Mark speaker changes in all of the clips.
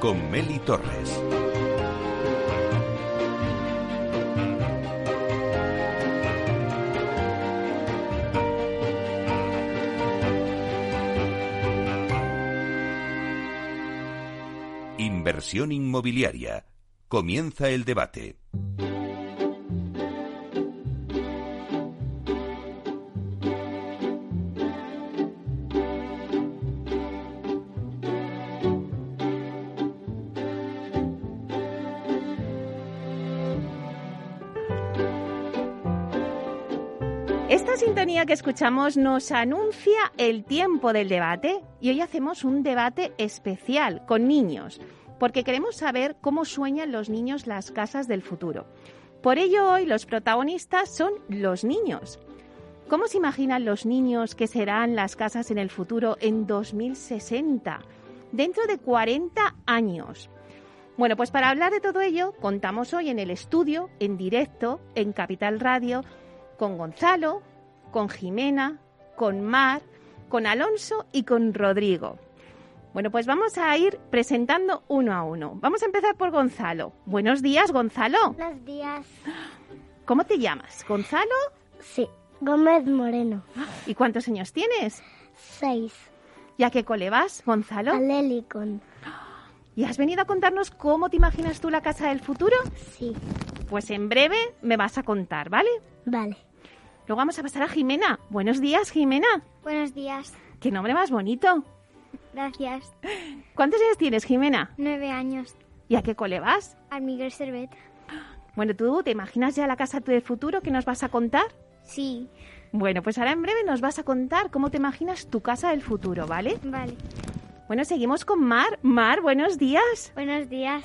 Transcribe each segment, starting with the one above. Speaker 1: con Meli Torres. Inversión inmobiliaria. Comienza el debate.
Speaker 2: Esta sintonía que escuchamos nos anuncia el tiempo del debate y hoy hacemos un debate especial con niños, porque queremos saber cómo sueñan los niños las casas del futuro. Por ello hoy los protagonistas son los niños. ¿Cómo se imaginan los niños que serán las casas en el futuro en 2060, dentro de 40 años? Bueno, pues para hablar de todo ello, contamos hoy en el estudio, en directo, en Capital Radio, con Gonzalo, con Jimena, con Mar, con Alonso y con Rodrigo. Bueno, pues vamos a ir presentando uno a uno. Vamos a empezar por Gonzalo. Buenos días, Gonzalo.
Speaker 3: Buenos días.
Speaker 2: ¿Cómo te llamas? ¿Gonzalo?
Speaker 3: Sí, Gómez Moreno.
Speaker 2: ¿Y cuántos años tienes?
Speaker 3: Seis.
Speaker 2: ¿Y a qué cole vas, Gonzalo?
Speaker 3: Al Helicon.
Speaker 2: ¿Y has venido a contarnos cómo te imaginas tú la casa del futuro?
Speaker 3: Sí,
Speaker 2: Pues en breve me vas a contar, ¿vale?
Speaker 3: vale.
Speaker 2: Luego vamos a pasar a Jimena. Buenos días, Jimena.
Speaker 3: Buenos días.
Speaker 2: Qué nombre más bonito.
Speaker 3: Gracias.
Speaker 2: ¿Cuántos años tienes, Jimena?
Speaker 3: Nueve años.
Speaker 2: ¿Y a qué cole vas?
Speaker 3: Al Miguel Cervet.
Speaker 2: Bueno, ¿tú te imaginas ya la casa del futuro que nos vas a contar?
Speaker 3: Sí,
Speaker 2: Bueno, pues ahora en breve nos vas a contar cómo te imaginas tu casa del futuro, ¿vale?
Speaker 3: vale.
Speaker 2: Bueno, seguimos con Mar. Mar, buenos días.
Speaker 3: Buenos días.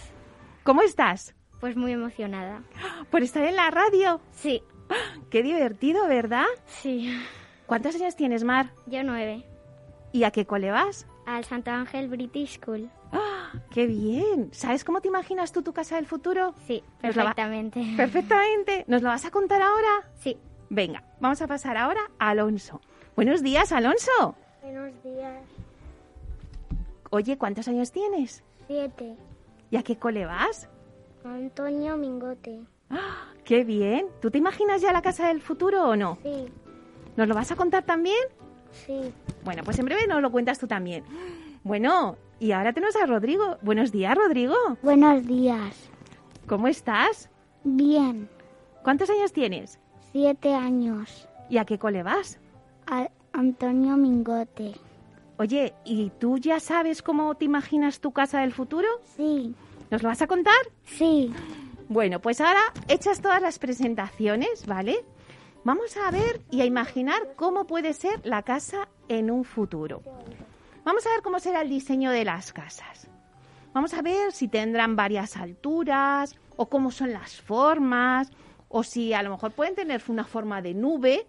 Speaker 2: ¿Cómo estás?
Speaker 3: Pues muy emocionada.
Speaker 2: Por estar en la radio.
Speaker 3: Sí,
Speaker 2: Qué divertido, ¿verdad?
Speaker 3: sí.
Speaker 2: ¿Cuántos años tienes, Mar?
Speaker 3: Yo nueve.
Speaker 2: ¿Y a qué cole vas?
Speaker 3: Al Santo Ángel British School.
Speaker 2: ¡Ah! ¡Qué bien! ¿Sabes cómo te imaginas tú tu casa del futuro?
Speaker 3: Sí,
Speaker 2: Nos Pues la va-
Speaker 3: perfectamente.
Speaker 2: Perfectamente. ¿Nos lo vas a contar ahora?
Speaker 3: Sí.
Speaker 2: Venga, vamos a pasar ahora a Alonso. Buenos días, Alonso.
Speaker 3: Buenos días.
Speaker 2: Oye, ¿cuántos años tienes?
Speaker 3: Siete.
Speaker 2: ¿Y a qué cole vas?
Speaker 3: Antonio Mingote.
Speaker 2: ¡Ah! ¡Qué bien! ¿Tú te imaginas ya la casa del futuro o no?
Speaker 3: Sí,
Speaker 2: ¿Nos lo vas a contar también?
Speaker 3: sí.
Speaker 2: Bueno, pues en breve nos lo cuentas tú también. Bueno, y ahora tenemos a Rodrigo. Buenos días, Rodrigo.
Speaker 3: Buenos días.
Speaker 2: ¿Cómo estás?
Speaker 3: Bien.
Speaker 2: ¿Cuántos años tienes?
Speaker 3: Siete años.
Speaker 2: ¿Y a qué cole vas?
Speaker 3: Antonio Mingote.
Speaker 2: Oye, ¿y tú ya sabes cómo te imaginas tu casa del futuro?
Speaker 3: Sí,
Speaker 2: ¿Nos lo vas a contar?
Speaker 3: sí.
Speaker 2: Bueno, pues ahora hechas todas las presentaciones, ¿vale? Vamos a ver y a imaginar cómo puede ser la casa en un futuro. Vamos a ver cómo será el diseño de las casas. Vamos a ver si tendrán varias alturas o cómo son las formas o si a lo mejor pueden tener una forma de nube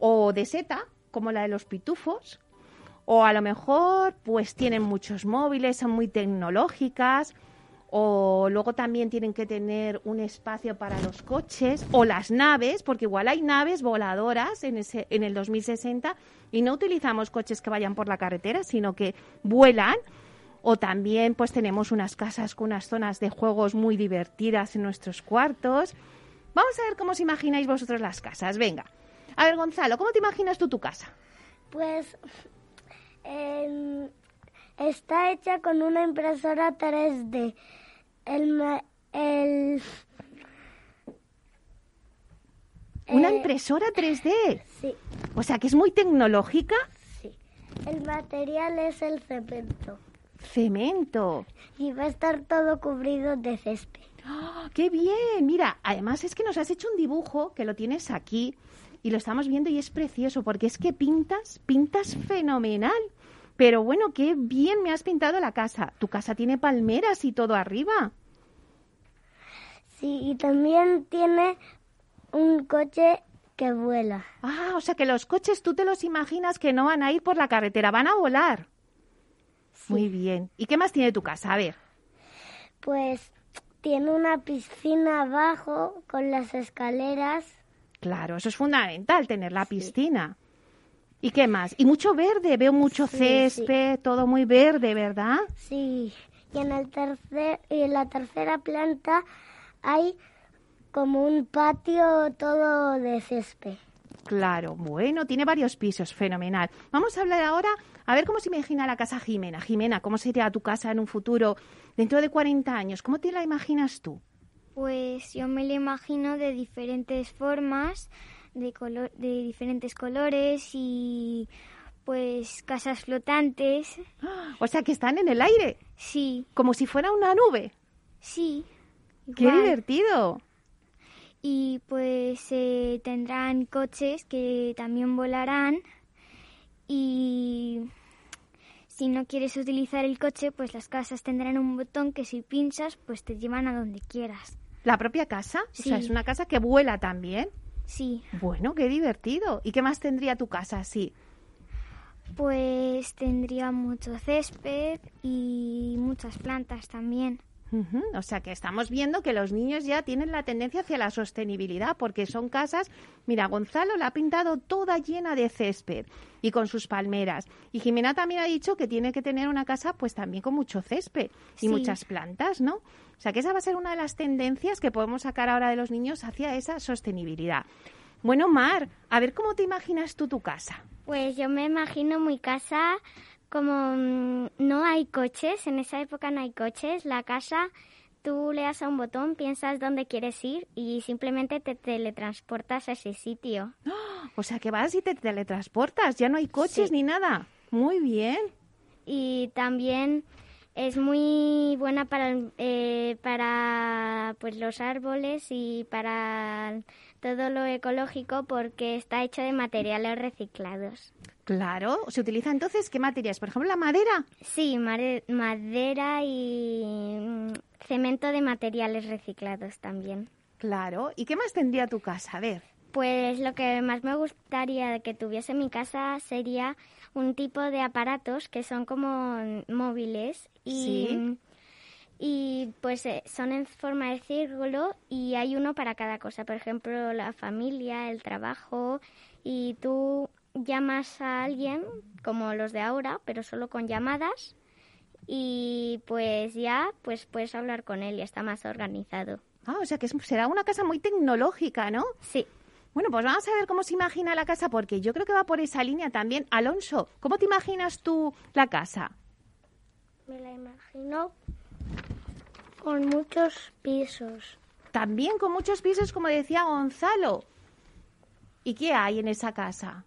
Speaker 2: o de seta, como la de los pitufos. O a lo mejor, pues tienen muchos móviles, son muy tecnológicas. O luego también tienen que tener un espacio para los coches o las naves, porque igual hay naves voladoras en, ese, en el 2060 y no utilizamos coches que vayan por la carretera, sino que vuelan. O también pues tenemos unas casas con unas zonas de juegos muy divertidas en nuestros cuartos. Vamos a ver cómo os imagináis vosotros las casas. Venga. A ver, Gonzalo, ¿cómo te imaginas tú tu casa?
Speaker 4: Pues em, está hecha con una impresora 3D. El, ma- el,
Speaker 2: Una
Speaker 4: Eh,
Speaker 2: impresora 3D.
Speaker 4: Sí,
Speaker 2: O sea, que es muy tecnológica.
Speaker 4: sí. El material es el cemento
Speaker 2: Cemento.
Speaker 4: y va a estar todo cubrido de césped.
Speaker 2: ¡Ah, ¡Qué bien! Mira, además es que nos has hecho un dibujo que lo tienes aquí y lo estamos viendo y es precioso porque es que pintas, pintas fenomenal. Pero bueno, qué bien me has pintado la casa. Tu casa tiene palmeras y todo arriba.
Speaker 4: Sí, y también tiene un coche que vuela.
Speaker 2: Ah, o sea que los coches tú te los imaginas que no van a ir por la carretera, van a volar. Muy bien. ¿Y qué más tiene tu casa? A ver.
Speaker 4: Pues tiene una piscina abajo con las escaleras.
Speaker 2: Claro, eso es fundamental, tener la piscina. ¿Y qué más? Y mucho verde, veo mucho
Speaker 4: Sí, sí.
Speaker 2: césped, todo muy verde, ¿verdad?
Speaker 4: Sí, y en, el tercer, y en la tercera planta hay como un patio todo de césped.
Speaker 2: Claro, bueno, tiene varios pisos, fenomenal. Vamos a hablar ahora, a ver cómo se imagina la casa Jimena. Jimena, ¿cómo sería tu casa en un futuro, dentro de 40 años? ¿Cómo te la imaginas tú?
Speaker 5: Pues yo me lo imagino de diferentes formas, de, colo- de diferentes colores y pues casas flotantes.
Speaker 2: O sea, que están en el aire,
Speaker 5: Sí,
Speaker 2: como si fuera una nube.
Speaker 5: sí.
Speaker 2: ¡Qué
Speaker 5: igual.
Speaker 2: divertido!
Speaker 5: Y pues eh, tendrán coches que también volarán y si no quieres utilizar el coche, pues las casas tendrán un botón que si pinchas, pues te llevan a donde quieras.
Speaker 2: ¿La propia casa? O sea,
Speaker 5: Sí.
Speaker 2: es una casa que vuela también.
Speaker 5: Sí.
Speaker 2: Bueno, qué divertido. ¿Y qué más tendría tu casa así?
Speaker 5: Pues tendría mucho césped y muchas plantas también.
Speaker 2: Ujú, O sea que estamos viendo que los niños ya tienen la tendencia hacia la sostenibilidad porque son casas, mira, Gonzalo la ha pintado toda llena de césped y con sus palmeras. Y Jimena también ha dicho que tiene que tener una casa pues también con mucho césped y
Speaker 5: Sí.
Speaker 2: muchas plantas, ¿no? O sea que esa va a ser una de las tendencias que podemos sacar ahora de los niños hacia esa sostenibilidad. Bueno, Mar, a ver cómo te imaginas tú tu casa.
Speaker 3: Pues yo me imagino mi casa como mm, no hay coches, en esa época no hay coches, la casa tú le das a un botón, piensas dónde quieres ir y simplemente te teletransportas a ese sitio.
Speaker 2: O sea que vas y te teletransportas, ya no hay coches ni nada. Muy bien.
Speaker 3: Y también es muy buena para, el- eh, para pues, los árboles y para todo lo ecológico porque está hecho de materiales reciclados.
Speaker 2: Claro, se utiliza entonces qué materias, por ejemplo la madera.
Speaker 3: Sí, mare- madera y mm, cemento de materiales reciclados también.
Speaker 2: Claro, ¿y qué más tendría tu casa? A ver,
Speaker 3: Pues lo que más me gustaría que tuviese en mi casa sería un tipo de aparatos que son como móviles y,
Speaker 2: Sí.
Speaker 3: y pues eh, son en forma de círculo y hay uno para cada cosa. Por ejemplo, la familia, el trabajo y tú llamas a alguien como los de ahora, pero solo con llamadas y pues ya pues puedes hablar con él y está más organizado.
Speaker 2: ah, o sea que es- será una casa muy tecnológica, ¿no?
Speaker 3: Sí.
Speaker 2: Bueno, pues vamos a ver cómo se imagina la casa, porque yo creo que va por esa línea también. Alonso, ¿cómo te imaginas tú la casa?
Speaker 4: Me la imagino con muchos pisos.
Speaker 2: También con muchos pisos, como decía Gonzalo. ¿Y qué hay en esa casa?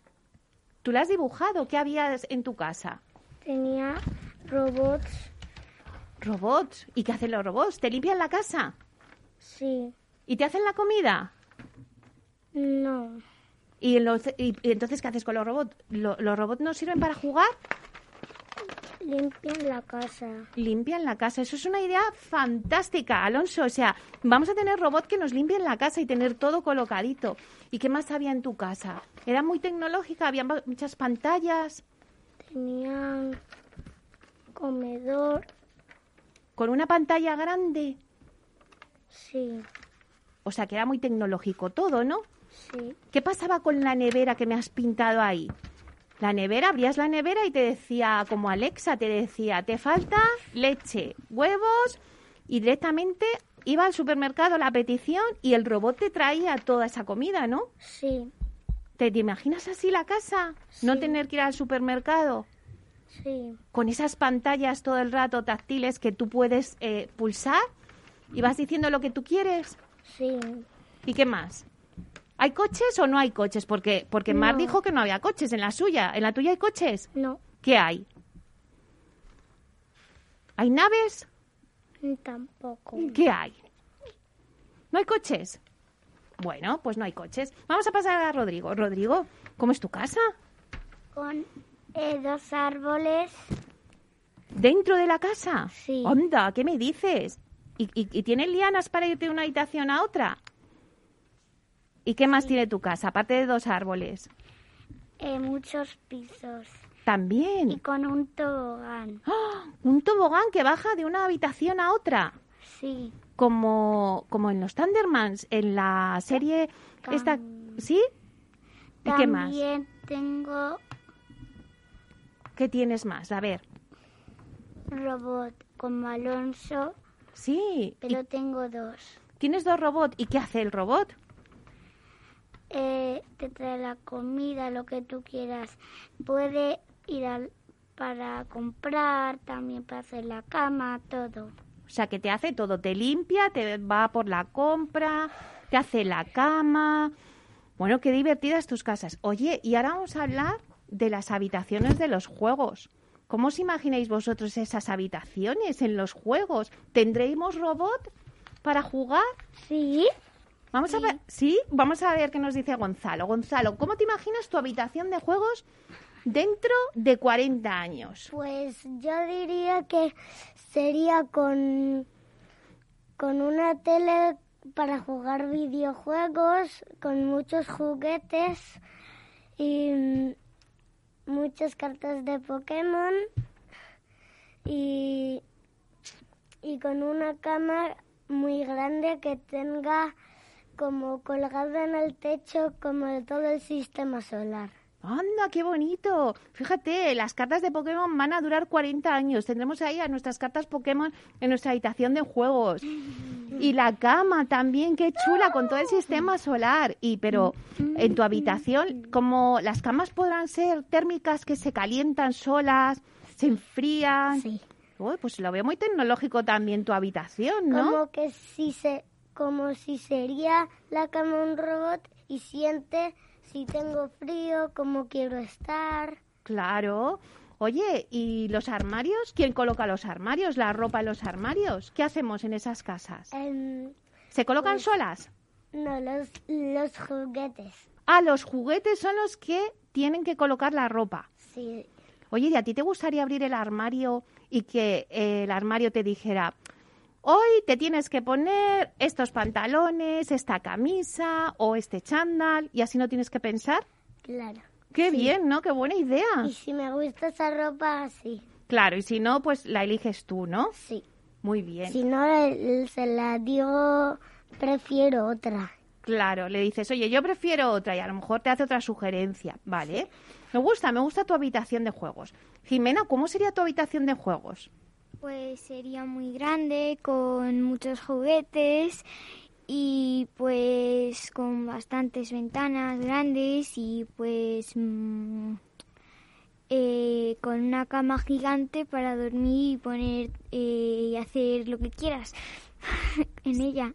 Speaker 2: ¿Tú la has dibujado? ¿Qué había en tu casa?
Speaker 4: Tenía robots,
Speaker 2: Robots. ¿Y qué hacen los robots? ¿Te limpian la casa?
Speaker 4: sí,
Speaker 2: ¿Y te hacen la comida?
Speaker 4: no,
Speaker 2: ¿Y, los- y- y entonces qué haces con los robots? ¿Lo- ¿Los robots no sirven para jugar?
Speaker 4: limpian la casa.
Speaker 2: Limpian la casa. Eso es una idea fantástica, Alonso. O sea, vamos a tener robots que nos limpien la casa y tener todo colocadito. ¿Y qué más había en tu casa? ¿Era muy tecnológica? ¿Había mu- muchas pantallas?
Speaker 4: Tenían comedor,
Speaker 2: ¿Con una pantalla grande?
Speaker 4: sí,
Speaker 2: O sea, que era muy tecnológico todo, ¿no?
Speaker 4: sí,
Speaker 2: ¿Qué pasaba con la nevera que me has pintado ahí? La nevera, abrías la nevera y te decía, como Alexa, te decía, te falta leche, huevos, y directamente iba al supermercado la petición y el robot te traía toda esa comida, ¿no?
Speaker 4: sí,
Speaker 2: ¿Te, te imaginas así la casa? No tener que ir al supermercado
Speaker 4: sí,
Speaker 2: con esas pantallas todo el rato táctiles que tú puedes eh, pulsar y vas diciendo lo que tú quieres.
Speaker 4: sí.
Speaker 2: ¿Y qué más? ¿Hay coches o no hay coches? Porque, porque Mar
Speaker 4: No.
Speaker 2: dijo que no había coches en la suya. ¿En la tuya hay coches?
Speaker 4: No,
Speaker 2: ¿Qué hay? ¿Hay naves?
Speaker 4: tampoco.
Speaker 2: ¿Qué hay? ¿No hay coches? Bueno, pues no hay coches. Vamos a pasar a Rodrigo. Rodrigo, ¿cómo es tu casa?
Speaker 4: Con eh, dos árboles.
Speaker 2: ¿Dentro de la casa?
Speaker 4: Sí.
Speaker 2: Anda, ¿qué me dices? ¿Y, y, y tienes lianas para irte de una habitación a otra? ¿Y qué más tiene tu casa, aparte de dos árboles?
Speaker 4: eh, muchos pisos.
Speaker 2: También.
Speaker 4: Y con un tobogán.
Speaker 2: ¡Ah! Un tobogán que baja de una habitación a otra.
Speaker 4: Sí.
Speaker 2: Como, como en los Thundermans, en la serie... Esta,
Speaker 4: Cam-
Speaker 2: ¿Sí? ¿Y qué más?
Speaker 4: También tengo
Speaker 2: ¿Qué tienes más? A ver.
Speaker 4: robot como Alonso,
Speaker 2: Sí. ¿Y
Speaker 4: pero tengo dos.
Speaker 2: Tienes dos robots. ¿Y qué hace el robot?
Speaker 4: Eh, te trae la comida, lo que tú quieras. Puede ir al- para comprar, también para hacer la cama, todo.
Speaker 2: O sea, que te hace todo. Te limpia, te va por la compra, te hace la cama. Bueno, qué divertidas tus casas. Oye, y ahora vamos a hablar de las habitaciones de los juegos. ¿Cómo os imagináis vosotros esas habitaciones en los juegos? ¿Tendremos robot para jugar?
Speaker 4: Sí.
Speaker 2: Vamos a ver, sí, vamos a ver qué nos dice Gonzalo. Gonzalo, ¿cómo te imaginas tu habitación de juegos dentro de 40 años?
Speaker 4: Pues yo diría que sería con, con una tele para jugar videojuegos, con muchos juguetes y mm, muchas cartas de Pokémon y, y con una cama muy grande que tenga como colgada en el techo como de todo el sistema solar.
Speaker 2: ¡Anda, qué bonito! Fíjate, las cartas de Pokémon van a durar 40 años. Tendremos ahí a nuestras cartas Pokémon en nuestra habitación de juegos. Y la cama también, qué chula, con todo el sistema solar. Y pero en tu habitación, como las camas podrán ser térmicas que se calientan solas, se enfrían.
Speaker 4: Sí.
Speaker 2: Uy, pues lo veo muy tecnológico también tu habitación, ¿no?
Speaker 4: Como que si se, como si sería la cama un robot y siente si tengo frío, cómo quiero estar.
Speaker 2: Claro. Oye, ¿y los armarios? ¿Quién coloca los armarios? ¿La ropa en los armarios? ¿Qué hacemos en esas casas?
Speaker 4: Em,
Speaker 2: ¿Se colocan solas?
Speaker 4: no, los, los juguetes.
Speaker 2: Ah, los juguetes son los que tienen que colocar la ropa.
Speaker 4: Sí.
Speaker 2: Oye, ¿y a ti te gustaría abrir el armario y que eh, el armario te dijera, hoy te tienes que poner estos pantalones, esta camisa o este chándal y así no tienes que pensar?
Speaker 4: Claro.
Speaker 2: Qué bien, ¿no? Qué buena idea.
Speaker 4: Y si me gusta esa ropa, sí.
Speaker 2: Claro, y si no, pues la eliges tú, ¿no?
Speaker 4: Sí.
Speaker 2: Muy bien.
Speaker 4: Si no, el- se la digo, prefiero otra.
Speaker 2: Claro, le dices, oye, yo prefiero otra y a lo mejor te hace otra sugerencia, ¿vale? Me gusta, me gusta tu habitación de juegos. Jimena, ¿cómo sería tu habitación de juegos?
Speaker 5: Pues sería muy grande, con muchos juguetes y pues con bastantes ventanas grandes y pues mm, eh, con una cama gigante para dormir y poner eh, y hacer lo que quieras en ella.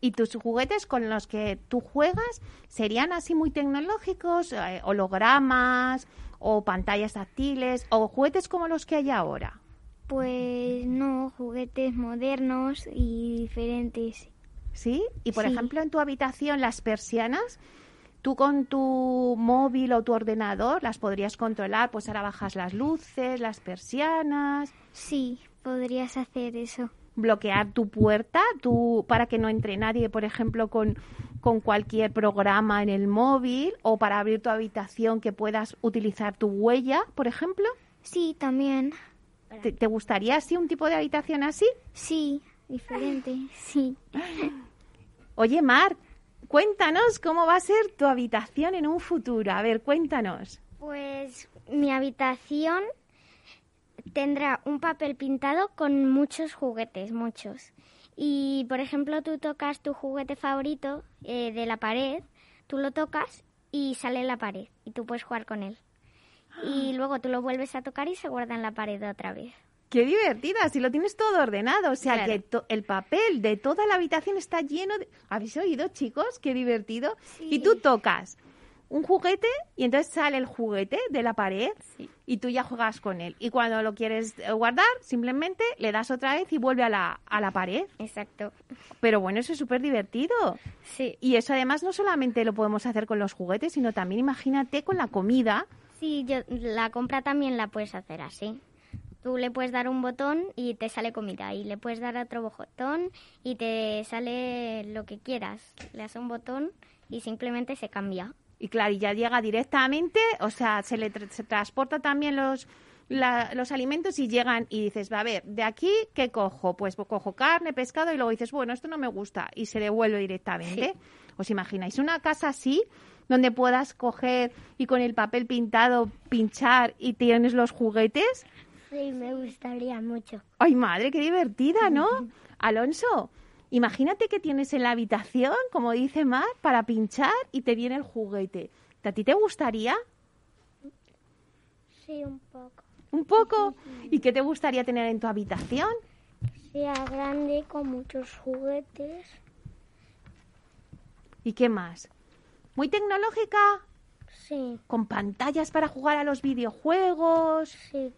Speaker 2: ¿Y tus juguetes con los que tú juegas serían así muy tecnológicos? eh, ¿Hologramas o pantallas táctiles o juguetes como los que hay ahora?
Speaker 5: Pues no, juguetes modernos y diferentes.
Speaker 2: ¿Sí? Y por
Speaker 5: Sí.
Speaker 2: ejemplo, en tu habitación, las persianas, tú con tu móvil o tu ordenador las podrías controlar, pues ahora bajas las luces, las persianas,
Speaker 5: Sí, podrías hacer eso.
Speaker 2: bloquear tu puerta tu, para que no entre nadie, por ejemplo, con, con cualquier programa en el móvil o para abrir tu habitación que puedas utilizar tu huella, por ejemplo.
Speaker 5: Sí, también.
Speaker 2: ¿Te, te gustaría así un tipo de habitación así?
Speaker 5: Sí, diferente, sí.
Speaker 2: Oye, Mar, cuéntanos cómo va a ser tu habitación en un futuro. A ver, cuéntanos.
Speaker 3: Pues mi habitación tendrá un papel pintado con muchos juguetes, muchos. Y por ejemplo, tú tocas tu juguete favorito eh, de la pared, tú lo tocas y sale en la pared y tú puedes jugar con él. Y luego tú lo vuelves a tocar y se guarda en la pared otra vez.
Speaker 2: Qué divertida, si lo tienes todo ordenado. O sea,
Speaker 6: Claro.
Speaker 2: que to- el papel de toda la habitación está lleno de... ¿Habéis oído, chicos? Qué divertido. Y tú tocas un juguete y entonces sale el juguete de la pared
Speaker 6: Sí.
Speaker 2: y tú ya juegas con él. Y cuando lo quieres eh, guardar, simplemente le das otra vez y vuelve a la, a la pared.
Speaker 3: Exacto.
Speaker 2: Pero bueno, eso es súper divertido.
Speaker 3: Sí.
Speaker 2: Y eso además no solamente lo podemos hacer con los juguetes, sino también imagínate con la comida.
Speaker 3: Sí, yo, la compra también la puedes hacer así. Tú le puedes dar un botón y te sale comida. Y le puedes dar otro botón y te sale lo que quieras. Le das un botón y simplemente se cambia.
Speaker 2: Y claro, y ya llega directamente, o sea, se le tra- se transporta también los, la- los alimentos y llegan y dices, va a ver, de aquí, ¿qué cojo? Pues cojo carne, pescado y luego dices, bueno, esto no me gusta y se devuelve directamente. ¿Os imagináis una casa así? donde puedas coger y con el papel pintado pinchar y tienes los juguetes.
Speaker 4: Sí, me gustaría mucho.
Speaker 2: ¡Ay, madre, qué divertida, ¿no? Alonso, imagínate que tienes en la habitación, como dice Mar, para pinchar y te viene el juguete. ¿A ti te gustaría?
Speaker 4: Sí, un poco.
Speaker 2: Un poco. ¿Y qué te gustaría tener en tu habitación?
Speaker 4: Sea grande con muchos juguetes.
Speaker 2: ¿Y qué más? Muy tecnológica,
Speaker 4: Sí,
Speaker 2: con pantallas para jugar a los videojuegos.
Speaker 4: sí,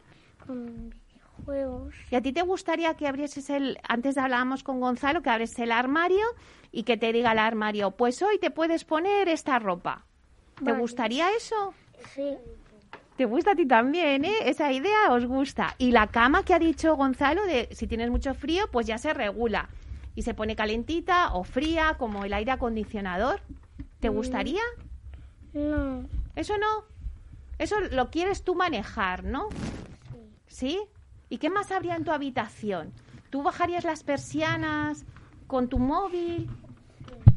Speaker 4: con videojuegos.
Speaker 2: ¿Y a ti te gustaría que abrieses el, antes hablábamos con Gonzalo, que abres el armario y que te diga el armario, pues hoy te puedes poner esta ropa? ¿Te
Speaker 4: Vale.
Speaker 2: gustaría eso?
Speaker 4: Sí,
Speaker 2: Te gusta a ti también, ¿eh? Esa idea os gusta. Y la cama que ha dicho Gonzalo de si tienes mucho frío, pues ya se regula. Y se pone calentita o fría, como el aire acondicionador. ¿Te gustaría?
Speaker 4: no,
Speaker 2: Eso no. Eso lo quieres tú manejar, ¿no? Sí. ¿Y qué más habría en tu habitación? ¿Tú bajarías las persianas con tu móvil?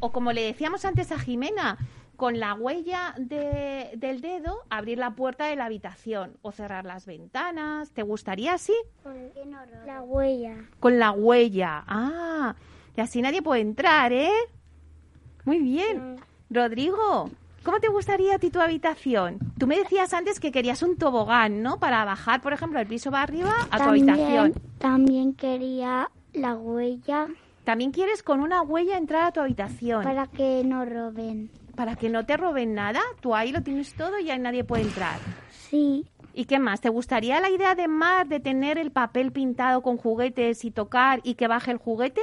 Speaker 2: O como le decíamos antes a Jimena, con la huella de- del dedo, abrir la puerta de la habitación o cerrar las ventanas. ¿Te gustaría así?
Speaker 4: con la huella.
Speaker 2: Con la huella. Ah, y así nadie puede entrar, ¿eh? Muy bien. Rodrigo, ¿cómo te gustaría a ti tu habitación? Tú me decías antes que querías un tobogán, ¿no? Para bajar, por ejemplo, el piso va arriba a tu habitación.
Speaker 4: También quería la huella
Speaker 2: También quieres con una huella entrar a tu habitación. Para,
Speaker 4: para que no roben.
Speaker 2: que no te roben nada, tú ahí lo tienes todo y ahí nadie puede entrar.
Speaker 4: Sí,
Speaker 2: ¿Y qué más? ¿Te gustaría la idea de Mar de tener el papel pintado con juguetes y tocar y que baje el juguete?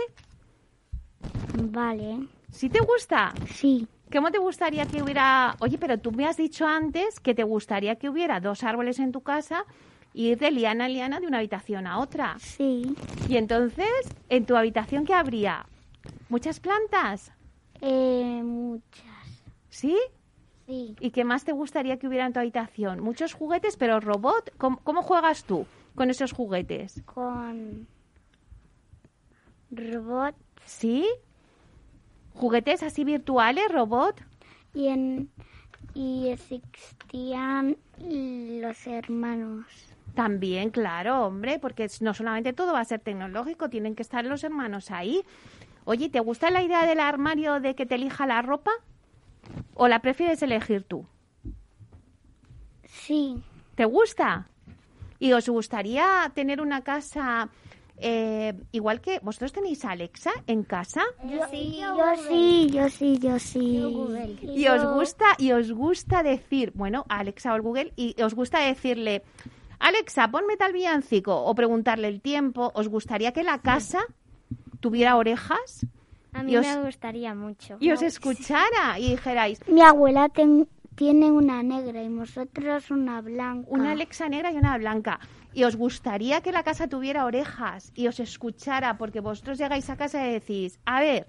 Speaker 4: vale,
Speaker 2: ¿Sí te gusta?
Speaker 4: sí,
Speaker 2: ¿Cómo te gustaría que hubiera.? Oye, pero tú me has dicho antes que te gustaría que hubiera dos árboles en tu casa y ir de liana a liana de una habitación a otra.
Speaker 4: sí.
Speaker 2: Y entonces, ¿en tu habitación qué habría? ¿Muchas plantas?
Speaker 4: Eh, muchas,
Speaker 2: ¿Sí?
Speaker 4: sí.
Speaker 2: ¿Y qué más te gustaría que hubiera en tu habitación? Muchos juguetes, pero robot. ¿Cómo, cómo juegas tú con esos juguetes?
Speaker 4: Con robot
Speaker 2: ¿Sí? ¿Juguetes así virtuales, robot?
Speaker 4: y en y existían los hermanos.
Speaker 2: También, claro, hombre, porque es- no solamente todo va a ser tecnológico, tienen que estar los hermanos ahí. Oye, ¿te gusta la idea del armario de que te elija la ropa? ¿O la prefieres elegir tú?
Speaker 4: Sí,
Speaker 2: ¿Te gusta? ¿Y os gustaría tener una casa eh, igual que vosotros tenéis a Alexa en casa?
Speaker 4: yo sí, yo sí, yo sí, yo sí.
Speaker 2: Y os gusta, y os gusta decir, bueno, a Alexa o al Google, y os gusta decirle, Alexa, ponme tal villancico, o preguntarle el tiempo, ¿os gustaría que la casa tuviera orejas
Speaker 3: A mí
Speaker 2: Y os-
Speaker 3: me gustaría mucho.
Speaker 2: y os escuchara y dijerais,
Speaker 4: Mi abuela ten- tiene una negra y nosotros una blanca.
Speaker 2: una Alexa negra y una blanca, y os gustaría que la casa tuviera orejas y os escuchara, porque vosotros llegáis a casa y decís, a ver,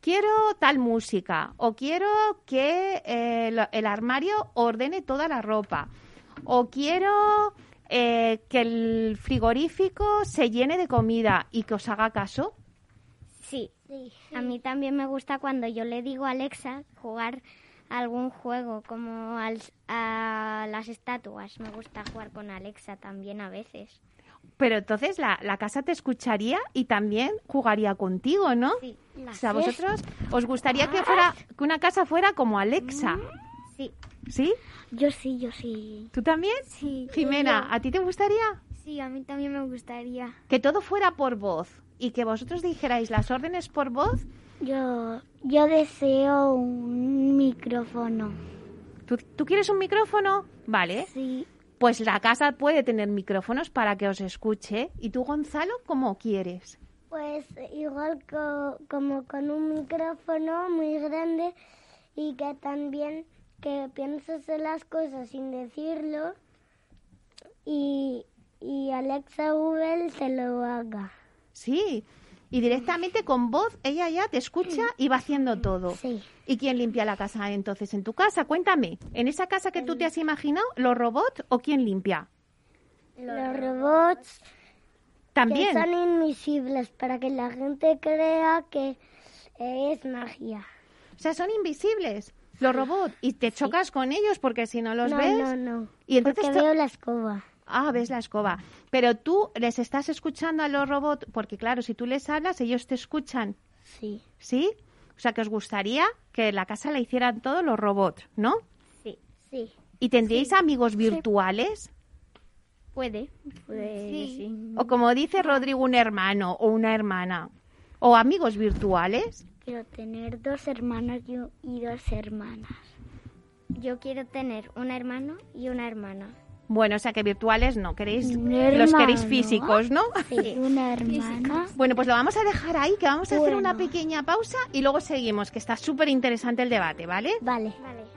Speaker 2: quiero tal música, o quiero que eh, lo- el armario ordene toda la ropa, o quiero eh, que el frigorífico se llene de comida y que os haga caso.
Speaker 3: Sí. A mí también me gusta cuando yo le digo a Alexa jugar a algún juego, como al- a las estatuas. Me gusta jugar con Alexa también a veces.
Speaker 2: Pero entonces la, la casa te escucharía y también jugaría contigo, ¿no?
Speaker 3: Sí.
Speaker 2: O sea, ¿a vosotros os gustaría que fuera que una casa fuera como Alexa,
Speaker 3: Sí.
Speaker 2: ¿sí?
Speaker 4: Mm, Yo sí, yo sí.
Speaker 2: ¿Tú también?
Speaker 4: Sí.
Speaker 2: Jimena, ¿a ti te gustaría?
Speaker 5: Sí, a mí también me gustaría.
Speaker 2: Que todo fuera por voz y que vosotros dijerais las órdenes por voz.
Speaker 4: Yo, yo deseo un micrófono.
Speaker 2: ¿Tú, tú quieres un micrófono? Vale.
Speaker 4: Sí.
Speaker 2: Pues la casa puede tener micrófonos para que os escuche. ¿Y tú, Gonzalo, cómo quieres?
Speaker 4: Pues igual co- como con un micrófono muy grande y que también que pienses en las cosas sin decirlo y, y Alexa uh, Google se lo haga.
Speaker 2: Sí. Y directamente con voz ella ya te escucha y va haciendo todo.
Speaker 4: Sí.
Speaker 2: ¿Y quién limpia la casa entonces en tu casa? Cuéntame, ¿en esa casa que tú te has imaginado, los robots o quién limpia?
Speaker 4: Los robots que
Speaker 2: También.
Speaker 4: son invisibles para que la gente crea que eh, es magia.
Speaker 2: O sea, son invisibles los robots y te chocas con ellos porque si no los
Speaker 4: no,
Speaker 2: ves...
Speaker 4: no, no.
Speaker 2: Y entonces
Speaker 4: porque
Speaker 2: to-
Speaker 4: veo la escoba.
Speaker 2: Ah, ves la escoba. Pero tú les estás escuchando a los robots porque claro, si tú les hablas, ellos te escuchan,
Speaker 4: Sí.
Speaker 2: ¿sí? O sea, que os gustaría que la casa la hicieran todos los robots, ¿no?
Speaker 4: Sí. Sí.
Speaker 2: ¿Y tendríais amigos virtuales?
Speaker 3: Puede. Puede,
Speaker 5: Sí.
Speaker 2: O como dice Rodrigo, un hermano o una hermana. O amigos virtuales.
Speaker 4: Quiero tener dos hermanos y, y dos hermanas.
Speaker 3: Yo quiero tener un hermano y una hermana.
Speaker 2: Bueno, o sea que virtuales no, queréis,
Speaker 4: Un
Speaker 2: los queréis
Speaker 4: hermano.
Speaker 2: físicos, ¿no?
Speaker 4: Una hermana.
Speaker 2: Bueno, pues lo vamos a dejar ahí, que vamos a hacer una
Speaker 4: Bueno.
Speaker 2: pequeña pausa y luego seguimos, que está súper interesante el debate, ¿vale?
Speaker 4: Vale.
Speaker 3: Vale.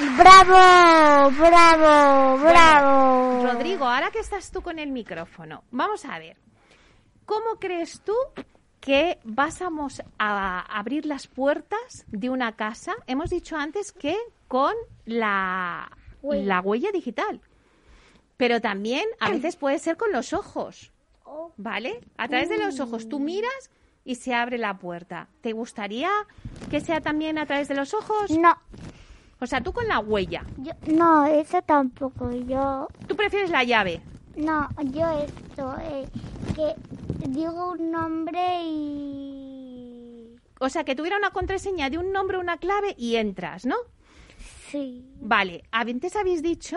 Speaker 2: ¡Guau! ¡Bien!
Speaker 4: Bravo, bravo, bravo.
Speaker 2: Rodrigo, ahora que estás tú con el micrófono, vamos a ver. ¿Cómo crees tú que vamos a abrir las puertas de una casa? Hemos dicho antes que con la,
Speaker 4: Huella.
Speaker 2: la huella digital. Pero también a veces puede ser con los ojos. ¿Vale? A través de los ojos. Tú miras y se abre la puerta. ¿Te gustaría que sea también a través de los ojos?
Speaker 5: No,
Speaker 2: O sea, tú con la huella.
Speaker 5: yo, no, eso tampoco. Yo,
Speaker 2: ¿Tú prefieres la llave?
Speaker 5: no, yo esto, eh, que digo un nombre y...
Speaker 2: O sea, que tuviera una contraseña de un nombre, una clave y entras, ¿no?
Speaker 5: Sí.
Speaker 2: Vale, antes habéis dicho,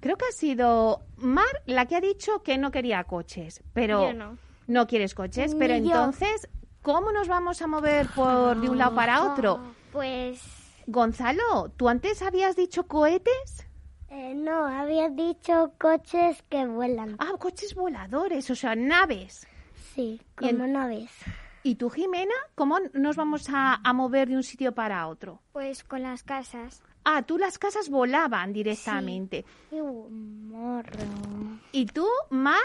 Speaker 2: creo que ha sido Mar la que ha dicho que no quería coches, pero
Speaker 3: Yo no.
Speaker 2: no quieres coches,
Speaker 5: Ni
Speaker 2: pero
Speaker 5: yo.
Speaker 2: entonces, ¿cómo nos vamos a mover por de un lado para otro?
Speaker 3: Pues
Speaker 2: Gonzalo, ¿tú antes habías dicho cohetes?
Speaker 4: Eh, no, habías dicho coches que vuelan.
Speaker 2: Ah, coches voladores, o sea, naves.
Speaker 4: Sí, como naves.
Speaker 2: ¿Y tú, Jimena, cómo nos vamos a, a mover de un sitio para otro?
Speaker 5: Pues con las casas.
Speaker 2: Ah, tú las casas volaban directamente.
Speaker 5: Y un morro.
Speaker 2: ¿Y tú, Mar?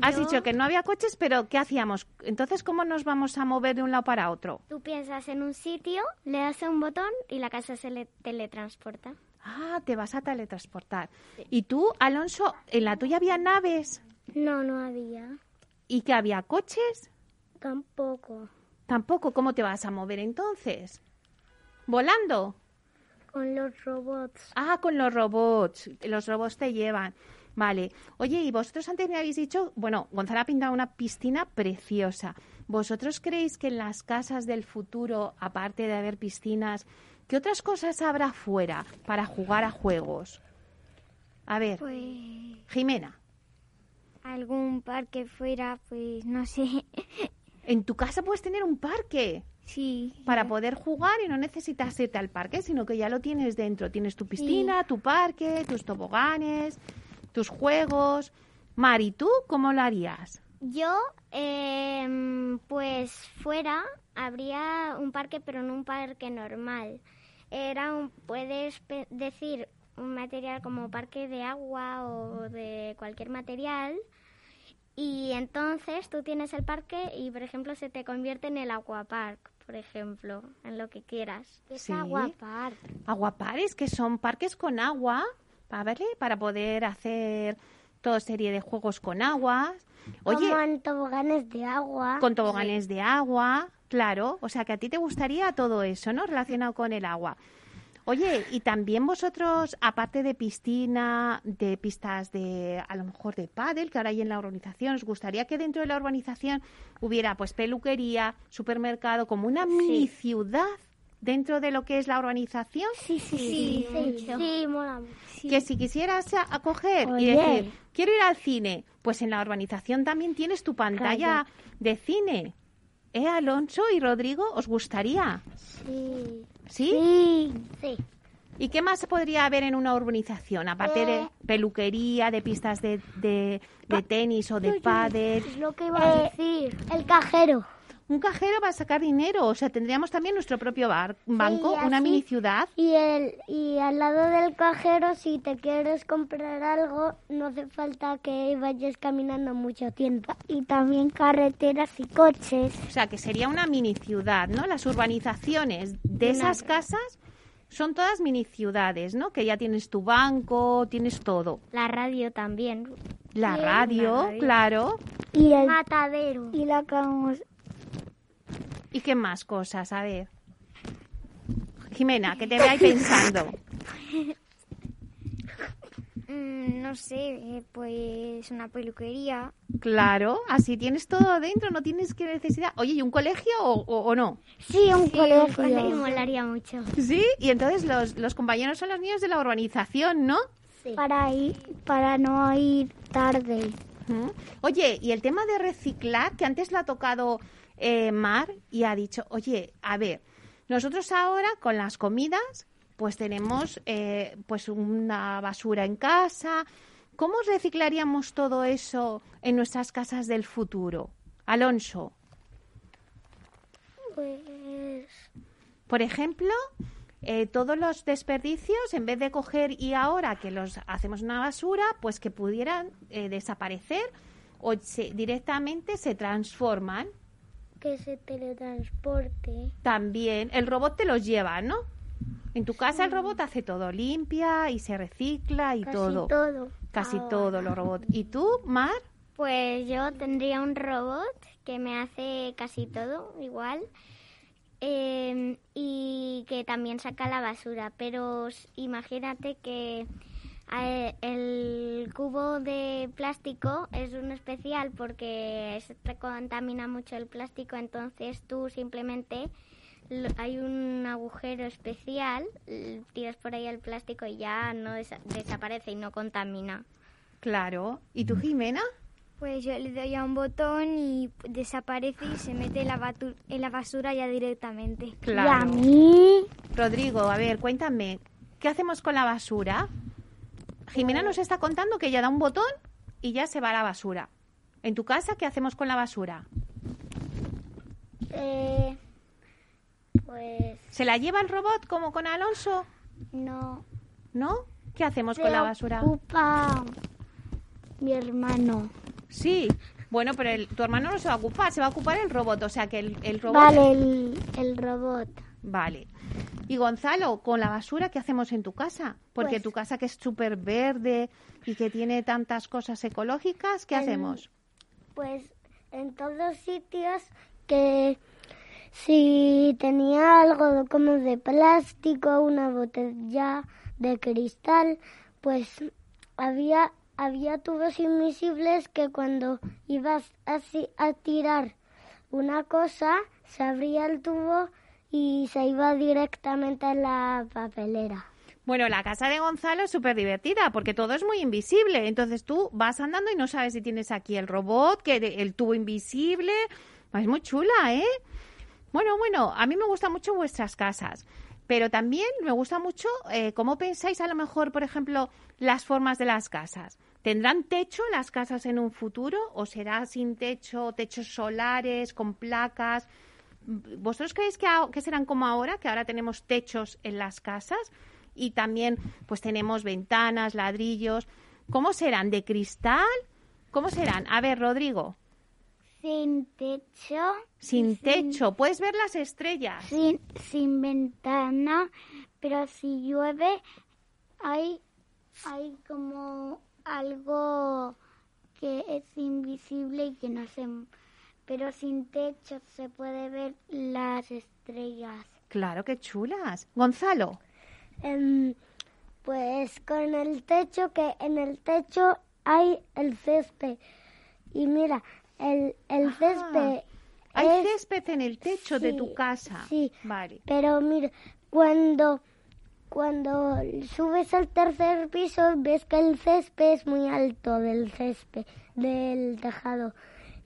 Speaker 2: Has
Speaker 5: Yo-
Speaker 2: dicho que no había coches, pero ¿qué hacíamos? Entonces, ¿cómo nos vamos a mover de un lado para otro?
Speaker 3: tú piensas en un sitio, le das a un botón y la casa se le teletransporta.
Speaker 2: Ah, te vas a teletransportar. ¿Y tú, Alonso, en la tuya había naves?
Speaker 4: No, no había.
Speaker 2: ¿Y que había coches?
Speaker 4: Tampoco.
Speaker 2: Tampoco, ¿cómo te vas a mover entonces? ¿Volando?
Speaker 4: Con los robots.
Speaker 2: Ah, con los robots. Los robots te llevan. Vale. Oye, y vosotros antes me habéis dicho, bueno, Gonzalo ha pintado una piscina preciosa. ¿Vosotros creéis que en las casas del futuro, aparte de haber piscinas, qué otras cosas habrá fuera para jugar a juegos? A ver,
Speaker 5: Pues
Speaker 2: Jimena,
Speaker 5: algún parque fuera, pues no sé.
Speaker 2: en tu casa puedes tener un parque
Speaker 5: Sí.
Speaker 2: para poder jugar y no necesitas irte al parque, sino que ya lo tienes dentro. Tienes tu piscina, tu parque, tus toboganes, tus juegos. Mari, ¿tú cómo lo harías?
Speaker 3: Yo, em, pues fuera habría un parque, pero no un parque normal. Era un, puedes pe- decir un material como parque de agua o de cualquier material. Y entonces tú tienes el parque y, por ejemplo, se te convierte en el aquapark, por ejemplo, en lo que quieras.
Speaker 5: Es
Speaker 2: Sí.
Speaker 5: aguapar.
Speaker 2: Aguapares, que son parques con agua, ¿vale? Para poder hacer toda serie de juegos con agua. Oye,
Speaker 4: Como en toboganes de agua.
Speaker 2: con toboganes de agua, claro. O sea, que a ti te gustaría todo eso, ¿no? Relacionado con el agua. Oye, y también vosotros, aparte de piscina, de pistas de, a lo mejor de pádel, que ahora hay en la urbanización, ¿os gustaría que dentro de la urbanización hubiera pues peluquería, supermercado, como una mini ciudad dentro de lo que es la urbanización?
Speaker 5: Sí, sí,
Speaker 4: Sí, sí,
Speaker 5: mucho.
Speaker 4: sí, mola mucho.
Speaker 2: Que si quisieras a- acoger y
Speaker 4: Oye.
Speaker 2: decir, quiero ir al cine, pues en la urbanización también tienes tu pantalla de cine. ¿Eh, Alonso y Rodrigo? ¿Os gustaría?
Speaker 4: Sí.
Speaker 2: ¿Sí?
Speaker 4: Sí. Sí.
Speaker 2: ¿Y qué más podría haber en una urbanización? Aparte
Speaker 5: Eh.
Speaker 2: de peluquería, de pistas de, de- de tenis o de pádel.
Speaker 5: Ah, Es lo que iba a
Speaker 4: Eh,
Speaker 5: decir.
Speaker 4: el cajero.
Speaker 2: Un cajero va a sacar dinero. O sea, tendríamos también nuestro propio bar- banco,
Speaker 4: y
Speaker 2: una
Speaker 4: así-
Speaker 2: mini ciudad.
Speaker 4: Y, el, y al lado del cajero, si te quieres comprar algo, no hace falta que vayas caminando mucho tiempo. Y también carreteras y coches.
Speaker 2: O sea, que sería una mini ciudad, ¿no? Las urbanizaciones de esas casas son todas mini ciudades, ¿no? Que ya tienes tu banco, tienes todo.
Speaker 3: La radio también.
Speaker 2: La
Speaker 3: Sí,
Speaker 2: radio,
Speaker 3: la radio.
Speaker 2: claro.
Speaker 4: Y el,
Speaker 3: Matadero.
Speaker 5: Y la acabamos.
Speaker 2: ¿Y qué más cosas? A ver. Jimena, que te veáis pensando.
Speaker 5: Mm, no sé, eh, pues una peluquería.
Speaker 2: Claro, así tienes todo dentro, no tienes que necesidad. Oye, ¿y un colegio o, o- o no?
Speaker 4: sí, un
Speaker 3: Me
Speaker 4: colegio.
Speaker 3: molaría mucho.
Speaker 2: Sí, y entonces los, los compañeros son los niños de la urbanización, ¿no?
Speaker 4: Para ir, para no ir tarde.
Speaker 2: Ujú. Oye, y el tema de reciclar, que antes lo ha tocado eh, Mar y ha dicho, oye, a ver, nosotros ahora con las comidas, pues tenemos eh, pues una basura en casa. ¿Cómo reciclaríamos todo eso en nuestras casas del futuro? Alonso.
Speaker 4: Pues
Speaker 2: Por ejemplo, eh, todos los desperdicios, en vez de coger y ahora que los hacemos una basura, pues que pudieran eh, desaparecer o se- directamente se transforman.
Speaker 4: que se teletransporte.
Speaker 2: También el robot te los lleva, ¿no? En tu casa el robot hace todo, limpia y se recicla y
Speaker 4: Casi
Speaker 2: todo.
Speaker 4: todo.
Speaker 2: Casi todo los robots. ¿Y tú, Mar?
Speaker 3: Pues yo tendría un robot que me hace casi todo igual eh, y que también saca la basura. Pero s- imagínate que eh, el cubo de plástico es un especial porque se te contamina mucho el plástico, entonces tú simplemente lo- hay un agujero especial, l- tiras por ahí el plástico y ya no desa- desaparece y no contamina.
Speaker 2: Claro. ¿Y tú, Jimena?
Speaker 5: Pues yo le doy a un botón y p- desaparece y se mete en la, batu- en la basura ya directamente.
Speaker 2: Claro.
Speaker 4: Y a mí,
Speaker 2: Rodrigo, a ver, cuéntame, ¿qué hacemos con la basura? Jimena nos está contando que ella da un botón y ya se va a la basura. En tu casa, ¿qué hacemos con la basura?
Speaker 4: eh, pues
Speaker 2: ¿Se la lleva el robot como con Alonso?
Speaker 4: no.
Speaker 2: ¿No? ¿Qué hacemos
Speaker 4: se
Speaker 2: con la basura?
Speaker 4: ocupa mi hermano.
Speaker 2: Sí. Bueno, pero el- tu hermano no se va a ocupar, se va a ocupar el robot. O sea que el, el robot.
Speaker 4: Vale, el, el robot.
Speaker 2: Vale. Y Gonzalo, con la basura, ¿qué hacemos en tu casa? Porque
Speaker 4: Pues-
Speaker 2: tu casa que es súper verde y que tiene tantas cosas ecológicas, ¿qué
Speaker 4: En-
Speaker 2: hacemos?
Speaker 4: Pues en todos sitios que si tenía algo como de plástico, una botella de cristal, pues había había tubos invisibles que cuando ibas así a tirar una cosa se abría el tubo y se iba directamente a la papelera.
Speaker 2: Bueno, la casa de Gonzalo es súper divertida porque todo es muy invisible. Entonces tú vas andando y no sabes si tienes aquí el robot, que de- el tubo invisible. Es muy chula, ¿eh? Bueno, bueno, a mí me gustan mucho vuestras casas. Pero también me gusta mucho eh, cómo pensáis a lo mejor, por ejemplo, las formas de las casas. ¿Tendrán techo las casas en un futuro o será sin techo, techos solares, con placas? ¿Vosotros creéis que, a- que serán como ahora, que ahora tenemos techos en las casas y también pues tenemos ventanas, ladrillos? ¿Cómo serán? ¿De cristal? ¿Cómo serán? A ver, Rodrigo,
Speaker 4: Sin techo,
Speaker 2: sin techo, puedes ver las estrellas.
Speaker 4: sin, sin ventana, pero si llueve hay, hay como algo que es invisible y que no se... Pero sin techo se puede ver las estrellas.
Speaker 2: Claro que chulas. Gonzalo,
Speaker 4: Em, pues con el techo, que en el techo hay el césped. Y mira, el, el
Speaker 2: Ajá.
Speaker 4: césped
Speaker 2: Hay
Speaker 4: es-
Speaker 2: césped en el techo de tu
Speaker 4: Sí,
Speaker 2: casa.
Speaker 4: sí.
Speaker 2: Vale.
Speaker 4: Pero mira, cuando, cuando subes al tercer piso, ves que el césped es muy alto del césped, del tejado.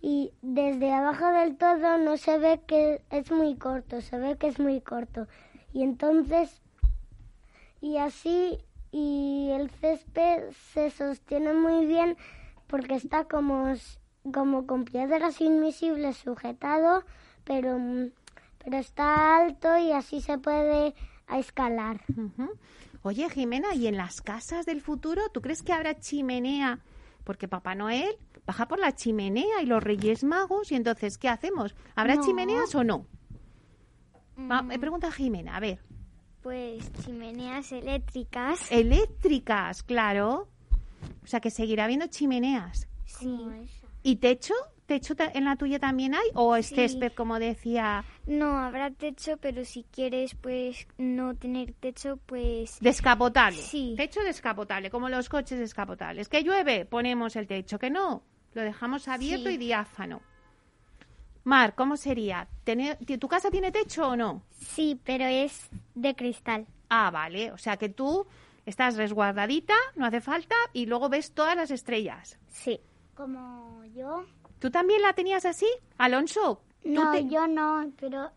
Speaker 4: Y desde abajo del todo no se ve que es muy corto, se ve que es muy corto. Y entonces, y así, y el césped se sostiene muy bien porque está como, s- como con piedras invisibles sujetado, pero mm, pero está alto y así se puede escalar.
Speaker 2: Ujú. Oye, Jimena, ¿y en las casas del futuro tú crees que habrá chimenea? Porque Papá Noel baja por la chimenea y los Reyes Magos, y entonces, ¿qué hacemos? ¿Habrá
Speaker 5: No.
Speaker 2: chimeneas o no? Va-
Speaker 5: Mm,
Speaker 2: eh, pregunta Jimena, a ver.
Speaker 5: Pues chimeneas eléctricas.
Speaker 2: Eh, Eléctricas, claro. O sea, que seguirá habiendo chimeneas.
Speaker 5: Sí.
Speaker 2: ¿Y techo? ¿Techo ta- en la tuya también hay? ¿O es
Speaker 5: Sí.
Speaker 2: césped, como decía,
Speaker 5: No habrá techo, pero si quieres, pues no tener techo, pues
Speaker 2: descapotable?
Speaker 5: Sí.
Speaker 2: Techo descapotable, como los coches descapotables. Que llueve, ponemos el techo. Que no, lo dejamos abierto
Speaker 5: Sí.
Speaker 2: y diáfano. Mar, ¿cómo sería? ¿Tener- ti- ¿Tu casa tiene techo o no?
Speaker 3: Sí, pero es de cristal.
Speaker 2: Ah, vale. O sea que tú estás resguardadita, no hace falta, y luego ves todas las estrellas.
Speaker 3: Sí.
Speaker 4: Como yo.
Speaker 2: ¿Tú también la tenías así, Alonso? ¿Tú
Speaker 4: No,
Speaker 2: te-
Speaker 4: yo no, pero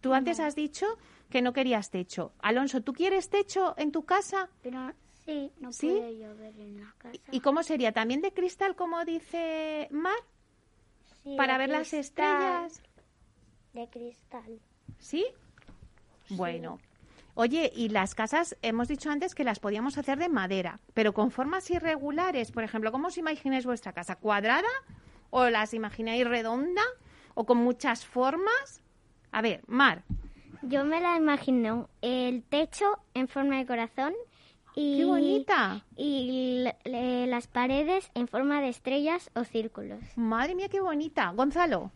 Speaker 2: Tú antes has dicho que no querías techo. Alonso, ¿tú quieres techo en tu casa?
Speaker 4: pero sí, no
Speaker 2: ¿Sí?
Speaker 4: puede llover en la casa.
Speaker 2: ¿Y cómo sería? ¿También de cristal, como dice Mar?
Speaker 4: Sí,
Speaker 2: Para
Speaker 4: de
Speaker 2: ver las
Speaker 4: cristal,
Speaker 2: estrellas.
Speaker 4: De cristal.
Speaker 2: ¿Sí? Bueno. Oye, y las casas, hemos dicho antes que las podíamos hacer de madera, pero con formas irregulares. Por ejemplo, ¿cómo os imagináis vuestra casa? ¿Cuadrada? ¿O las imagináis redonda? ¿O con muchas formas? A ver, Mar,
Speaker 3: Yo me la imagino el techo en forma de corazón y
Speaker 2: qué bonita.
Speaker 3: y l- le- las paredes en forma de estrellas o círculos.
Speaker 2: Madre mía, qué bonita. Gonzalo.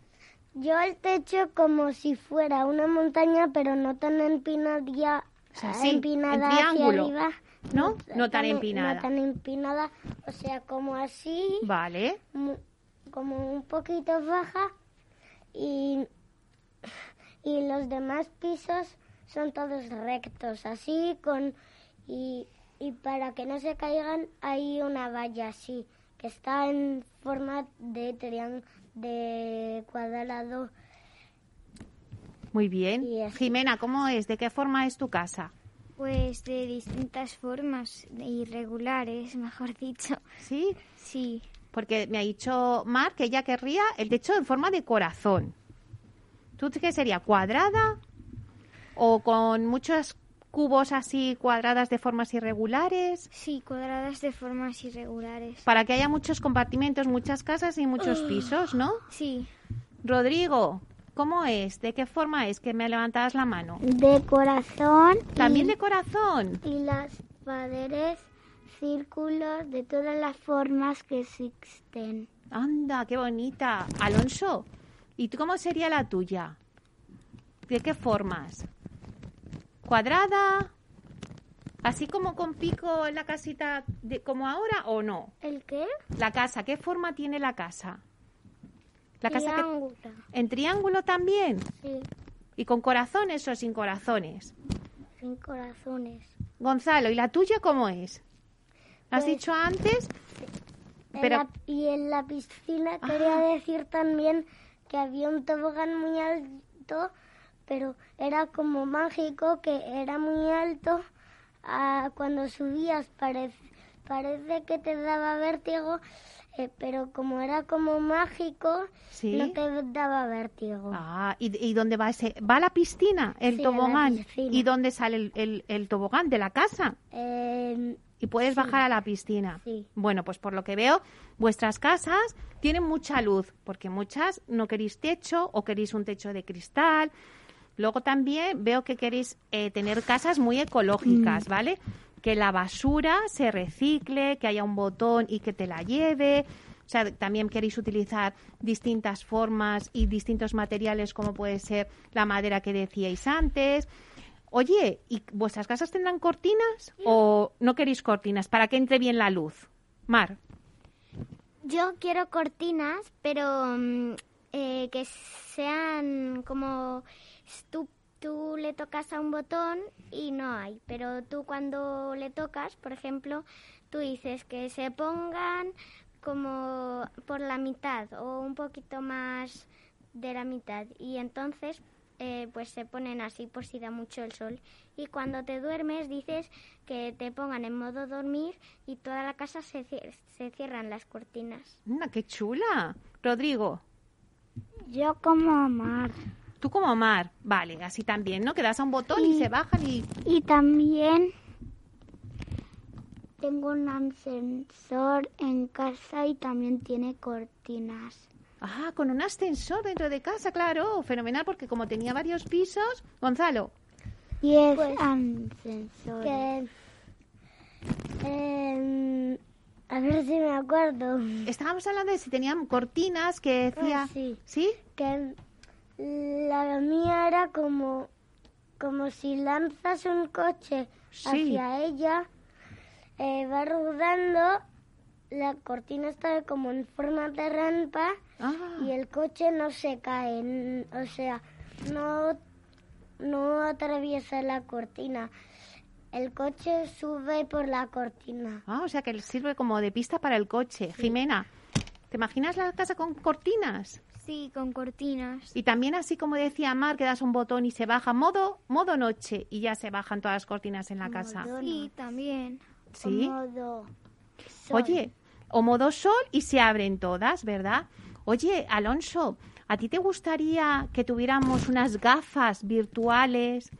Speaker 4: Yo el techo como si fuera una montaña, pero no tan empinada,
Speaker 2: sea, sí, en
Speaker 4: empinada hacia
Speaker 2: triángulo,
Speaker 4: arriba.
Speaker 2: ¿no? No tan
Speaker 4: e-
Speaker 2: empinada.
Speaker 4: No tan empinada, o sea, como así.
Speaker 2: Vale.
Speaker 4: mu- como un poquito baja y, y los demás pisos son todos rectos, así con y, y para que no se caigan hay una valla así que está en forma de triángulo de cuadrado
Speaker 2: Muy bien.
Speaker 4: Y así.
Speaker 2: Jimena, ¿cómo es? ¿De qué forma es tu casa?
Speaker 5: pues de distintas formas, de irregulares, mejor dicho.
Speaker 2: ¿Sí?
Speaker 5: Sí.
Speaker 2: Porque me ha dicho Mar que ella querría el techo en forma de corazón. ¿Tú qué sería? ¿Cuadrada? ¿O con muchos cubos así cuadradas de formas irregulares?
Speaker 5: Sí, cuadradas de formas irregulares.
Speaker 2: Para que haya muchos compartimentos, muchas casas y muchos pisos, ¿no?
Speaker 5: Sí.
Speaker 2: Rodrigo, ¿cómo es? ¿De qué forma es que me levantabas la mano?
Speaker 4: de corazón
Speaker 2: También de corazón.
Speaker 4: y las paredes círculos de todas las formas que existen
Speaker 2: Anda, qué bonita. Alonso, ¿y tú cómo sería la tuya? ¿De qué formas? ¿Cuadrada? ¿Así como con pico en la casita de, como ahora o no?
Speaker 4: el qué
Speaker 2: La casa, ¿qué forma tiene la casa? La casa que-
Speaker 4: triángulo
Speaker 2: en triángulo también
Speaker 4: sí
Speaker 2: y con corazones o sin corazones.
Speaker 4: sin corazones
Speaker 2: Gonzalo, ¿y la tuya cómo es? ¿Has
Speaker 4: Pues-
Speaker 2: dicho antes?
Speaker 4: En
Speaker 2: Pero-
Speaker 4: la- y en la piscina
Speaker 2: Ah.
Speaker 4: quería decir también que había un tobogán muy alto, pero era como mágico, que era muy alto. Ah, cuando subías parec- parece que te daba vértigo, eh, pero como era como mágico,
Speaker 2: Sí.
Speaker 4: no te daba vértigo.
Speaker 2: Ah, ¿y, y dónde va ese? ¿Va a la piscina, el
Speaker 4: Sí, a la
Speaker 2: tobogán?
Speaker 4: piscina.
Speaker 2: ¿Y dónde sale el, el- el tobogán? ¿De la casa?
Speaker 4: Eh,
Speaker 2: Y puedes bajar a la piscina.
Speaker 4: Sí.
Speaker 2: Bueno, pues por lo que veo, vuestras casas tienen mucha luz, porque muchas no queréis techo o queréis un techo de cristal. Luego también veo que queréis eh, tener casas muy
Speaker 4: Mm.
Speaker 2: ecológicas, ¿vale? Que la basura se recicle, que haya un botón y que te la lleve. O sea, también queréis utilizar distintas formas y distintos materiales como puede ser la madera que decíais antes Oye, ¿y vuestras casas tendrán cortinas o no queréis cortinas para que entre bien la luz? Mar,
Speaker 3: Yo quiero cortinas, pero mm, eh, que sean como s- tú, tú le tocas a un botón y no hay, pero tú cuando le tocas, por ejemplo, tú dices que se pongan como por la mitad o un poquito más de la mitad y entonces eh, pues se ponen así por si da mucho el sol y cuando te duermes dices que te pongan en modo dormir y toda la casa se, cier- se cierran las cortinas.
Speaker 2: anda, qué chula. Rodrigo,
Speaker 5: Yo como amar.
Speaker 2: tú como Mar, vale, así también, ¿no? Que das a un botón y se bajan y
Speaker 5: Y también
Speaker 4: Tengo un ascensor en casa y también tiene cortinas.
Speaker 2: Ah, con un ascensor dentro de casa, claro, fenomenal, porque como tenía varios pisos, Gonzalo,
Speaker 5: 10
Speaker 4: Pues-
Speaker 5: ascensores.
Speaker 4: Que. em, a ver si me acuerdo.
Speaker 2: estábamos hablando de si tenían cortinas que decía,
Speaker 4: Ah, sí.
Speaker 2: ¿sí?
Speaker 4: Que la mía era como. Como si lanzas un coche
Speaker 2: Sí.
Speaker 4: hacia ella, eh, va rodando, la cortina está como en forma de rampa
Speaker 2: Ah,
Speaker 4: y el coche no se cae, n- o sea, no, no atraviesa la cortina. El coche sube por la cortina.
Speaker 2: ah, o sea que sirve como de pista para el coche. Jimena, ¿te imaginas la casa con cortinas?
Speaker 5: Sí, con cortinas.
Speaker 2: Y también así como decía Mar, que das un botón y se baja, modo, modo noche, y ya se bajan todas las cortinas en la casa.
Speaker 5: Sí, también.
Speaker 2: ¿Sí?
Speaker 4: Modo sol.
Speaker 2: Oye, o modo sol y se abren todas, ¿verdad? Oye, Alonso, ¿a ti te gustaría que tuviéramos unas gafas virtuales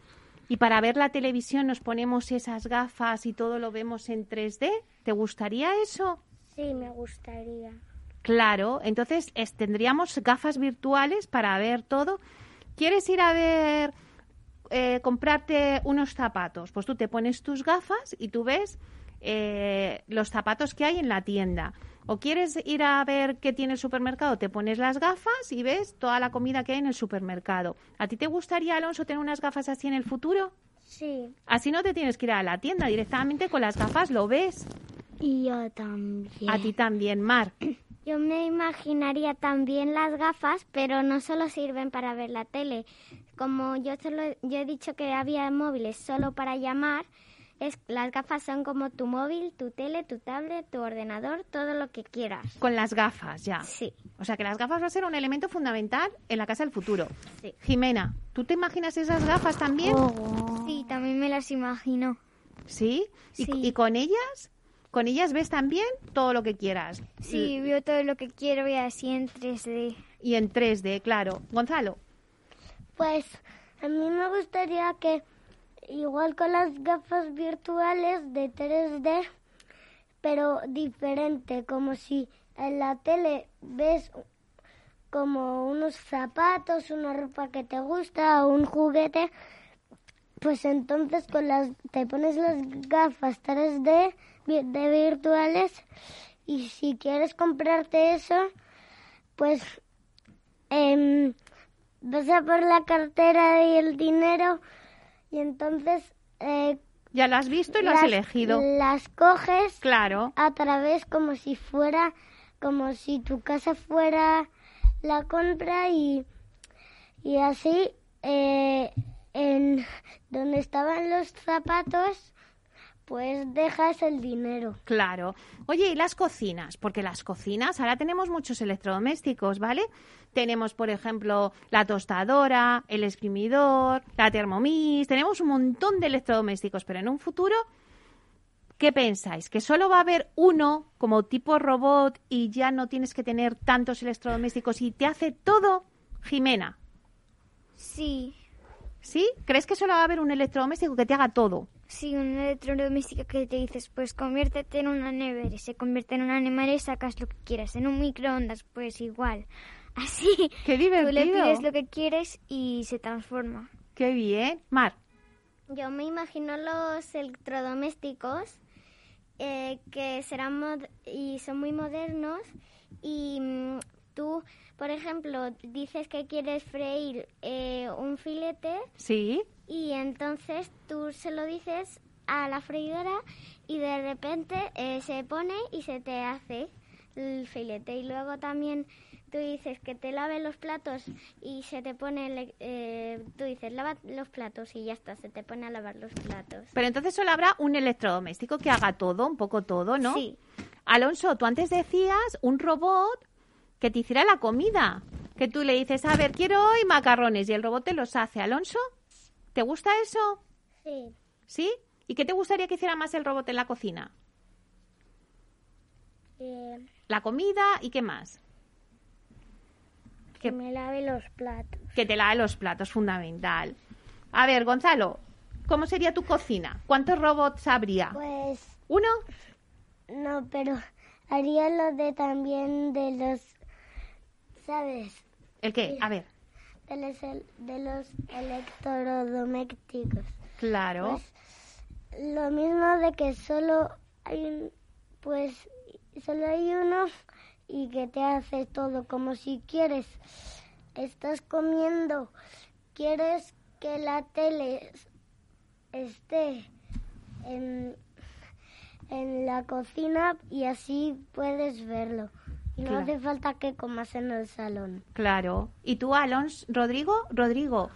Speaker 2: y para ver la televisión nos ponemos esas gafas y todo lo vemos en 3D? ¿Te gustaría eso?
Speaker 4: Sí, me gustaría.
Speaker 2: Claro, entonces es- tendríamos gafas virtuales para ver todo. ¿Quieres ir a ver, eh, comprarte unos zapatos? Pues tú te pones tus gafas y tú ves eh, los zapatos que hay en la tienda. ¿O quieres ir a ver qué tiene el supermercado? Te pones las gafas y ves toda la comida que hay en el supermercado. ¿A ti te gustaría, Alonso, tener unas gafas así en el futuro?
Speaker 4: Sí,
Speaker 2: Así no te tienes que ir a la tienda directamente con las gafas, lo ves.
Speaker 5: Y yo también.
Speaker 2: A ti también, Mar.
Speaker 3: Yo me imaginaría también las gafas, pero no solo sirven para ver la tele. Como yo solo yo he dicho que había móviles solo para llamar, es, las gafas son como tu móvil, tu tele, tu tablet, tu ordenador, todo lo que quieras.
Speaker 2: Con las gafas, ya.
Speaker 3: Sí.
Speaker 2: O sea que las gafas va a ser un elemento fundamental en la casa del futuro.
Speaker 3: Sí.
Speaker 2: Jimena, ¿tú te imaginas esas gafas también?
Speaker 5: Oh, Sí, también me las imagino.
Speaker 2: ¿Sí? ¿Y,
Speaker 5: Sí.
Speaker 2: y con ellas? ¿Con ellas ves también todo lo que quieras?
Speaker 5: Sí,
Speaker 2: Eh,
Speaker 5: veo todo lo que quiero y así en 3D.
Speaker 2: Y en 3D, claro. Gonzalo,
Speaker 4: pues a mí me gustaría que, igual con las gafas virtuales de 3D, pero diferente, como si en la tele ves como unos zapatos, una ropa que te gusta o un juguete, pues entonces con las te pones las gafas 3D vi- de virtuales y si quieres comprarte eso, pues em, vas a por la cartera y el dinero y entonces eh,
Speaker 2: ya lo has visto y lo has
Speaker 4: las-
Speaker 2: elegido.
Speaker 4: las coges
Speaker 2: Claro.
Speaker 4: a través como si fuera, como si tu casa fuera la compra y, y así eh, en donde estaban los zapatos, pues dejas el dinero.
Speaker 2: Claro. Oye, ¿y las cocinas? Porque las cocinas, ahora tenemos muchos electrodomésticos, ¿vale? Tenemos, por ejemplo, la tostadora, el exprimidor, la Thermomix, tenemos un montón de electrodomésticos, pero en un futuro, ¿qué pensáis? ¿Que solo va a haber uno como tipo robot y ya no tienes que tener tantos electrodomésticos y te hace todo, Jimena?
Speaker 5: Sí,
Speaker 2: ¿Sí? ¿Crees que solo va a haber un electrodoméstico que te haga todo?
Speaker 5: sí, un electrodoméstico que te dices, pues conviértete en una nevera, y se convierte en una nevera y sacas lo que quieras. En un microondas, pues igual. Así,
Speaker 2: ¡Qué
Speaker 5: tú le
Speaker 2: divertido!
Speaker 5: pides lo que quieres y se transforma.
Speaker 2: ¡Qué bien! Mar,
Speaker 3: Yo me imagino los electrodomésticos eh, que serán mod- y son muy modernos y mm, tú, por ejemplo, dices que quieres freír eh, un filete
Speaker 2: Sí,
Speaker 3: y entonces tú se lo dices a la freidora y de repente eh, se pone y se te hace el filete. Y luego también tú dices que te lave los platos y se te pone, el- eh, tú dices lava los platos y ya está, se te pone a lavar los platos.
Speaker 2: pero entonces solo habrá un electrodoméstico que haga todo, un poco todo, ¿no?
Speaker 3: Sí.
Speaker 2: Alonso, tú antes decías un robot que te hiciera la comida, que tú le dices, a ver, quiero hoy macarrones y el robot te los hace. Alonso, ¿te gusta eso?
Speaker 4: Sí.
Speaker 2: ¿Sí? ¿Y qué te gustaría que hiciera más el robot en la cocina?
Speaker 4: eh,
Speaker 2: La comida y qué más.
Speaker 4: que
Speaker 2: ¿Qué?
Speaker 4: me lave los platos.
Speaker 2: Que te lave los platos, fundamental. A ver, Gonzalo, ¿cómo sería tu cocina? ¿Cuántos robots habría?
Speaker 4: Pues
Speaker 2: ¿Uno?
Speaker 4: No, pero haría lo de también de los, ¿sabes?
Speaker 2: ¿El qué? A ver.
Speaker 4: De los, el- de los electrodomésticos.
Speaker 2: Claro.
Speaker 4: pues, Lo mismo de que solo hay un, pues, solo hay uno y que te hace todo como si quieres. Estás comiendo, quieres que la tele esté en, en la cocina y así puedes verlo. Y no
Speaker 2: Claro.
Speaker 4: hace falta que comas en el salón.
Speaker 2: Claro. ¿Y tú, Alonso? ¿Rodrigo? Rodrigo,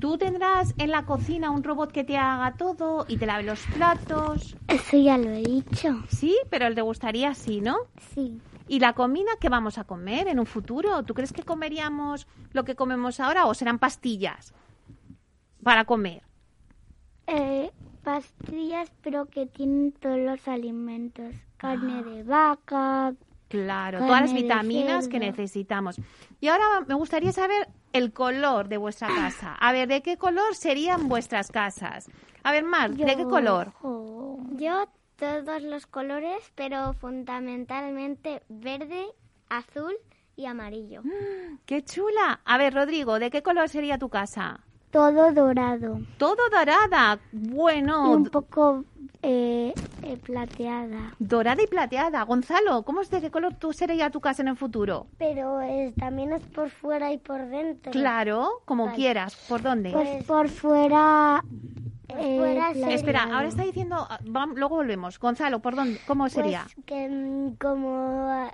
Speaker 2: ¿tú tendrás en la cocina un robot que te haga todo y te lave los platos?
Speaker 3: Eso ya lo he dicho.
Speaker 2: Sí, pero él te gustaría así, ¿no?
Speaker 3: Sí.
Speaker 2: ¿Y la comida que vamos a comer en un futuro? ¿Tú crees que comeríamos lo que comemos ahora o serán pastillas para comer?
Speaker 3: Eh, pastillas, pero que tienen todos los alimentos.
Speaker 4: Ah.
Speaker 3: Carne de vaca.
Speaker 2: Claro,
Speaker 3: Carne
Speaker 2: todas las
Speaker 3: de
Speaker 2: vitaminas que
Speaker 3: cerdo.
Speaker 2: necesitamos. Y ahora me gustaría saber el color de vuestra casa. A ver, ¿de qué color serían vuestras casas? A ver, Mar, ¿de qué color?
Speaker 3: Yo todos los colores, pero fundamentalmente verde, azul y amarillo.
Speaker 2: Mm. ¡Qué chula! A ver, Rodrigo, ¿de qué color sería tu casa?
Speaker 3: Todo dorado.
Speaker 2: Todo dorada. Bueno, d-
Speaker 3: poco eh, plateada.
Speaker 2: dorada y plateada. Gonzalo, ¿cómo es de qué color tú sería tu casa en el futuro?
Speaker 4: Pero eh, también es por fuera y por dentro.
Speaker 2: Claro, como quieras. ¿Por dónde?
Speaker 3: Pues por fuera.
Speaker 4: Por Eh,
Speaker 2: Eh,
Speaker 4: fuera sería-
Speaker 2: Espera, ahora está diciendo, ah, vam- luego volvemos. Gonzalo, ¿por dónde? ¿Cómo sería?
Speaker 4: Pues que mm, como ah,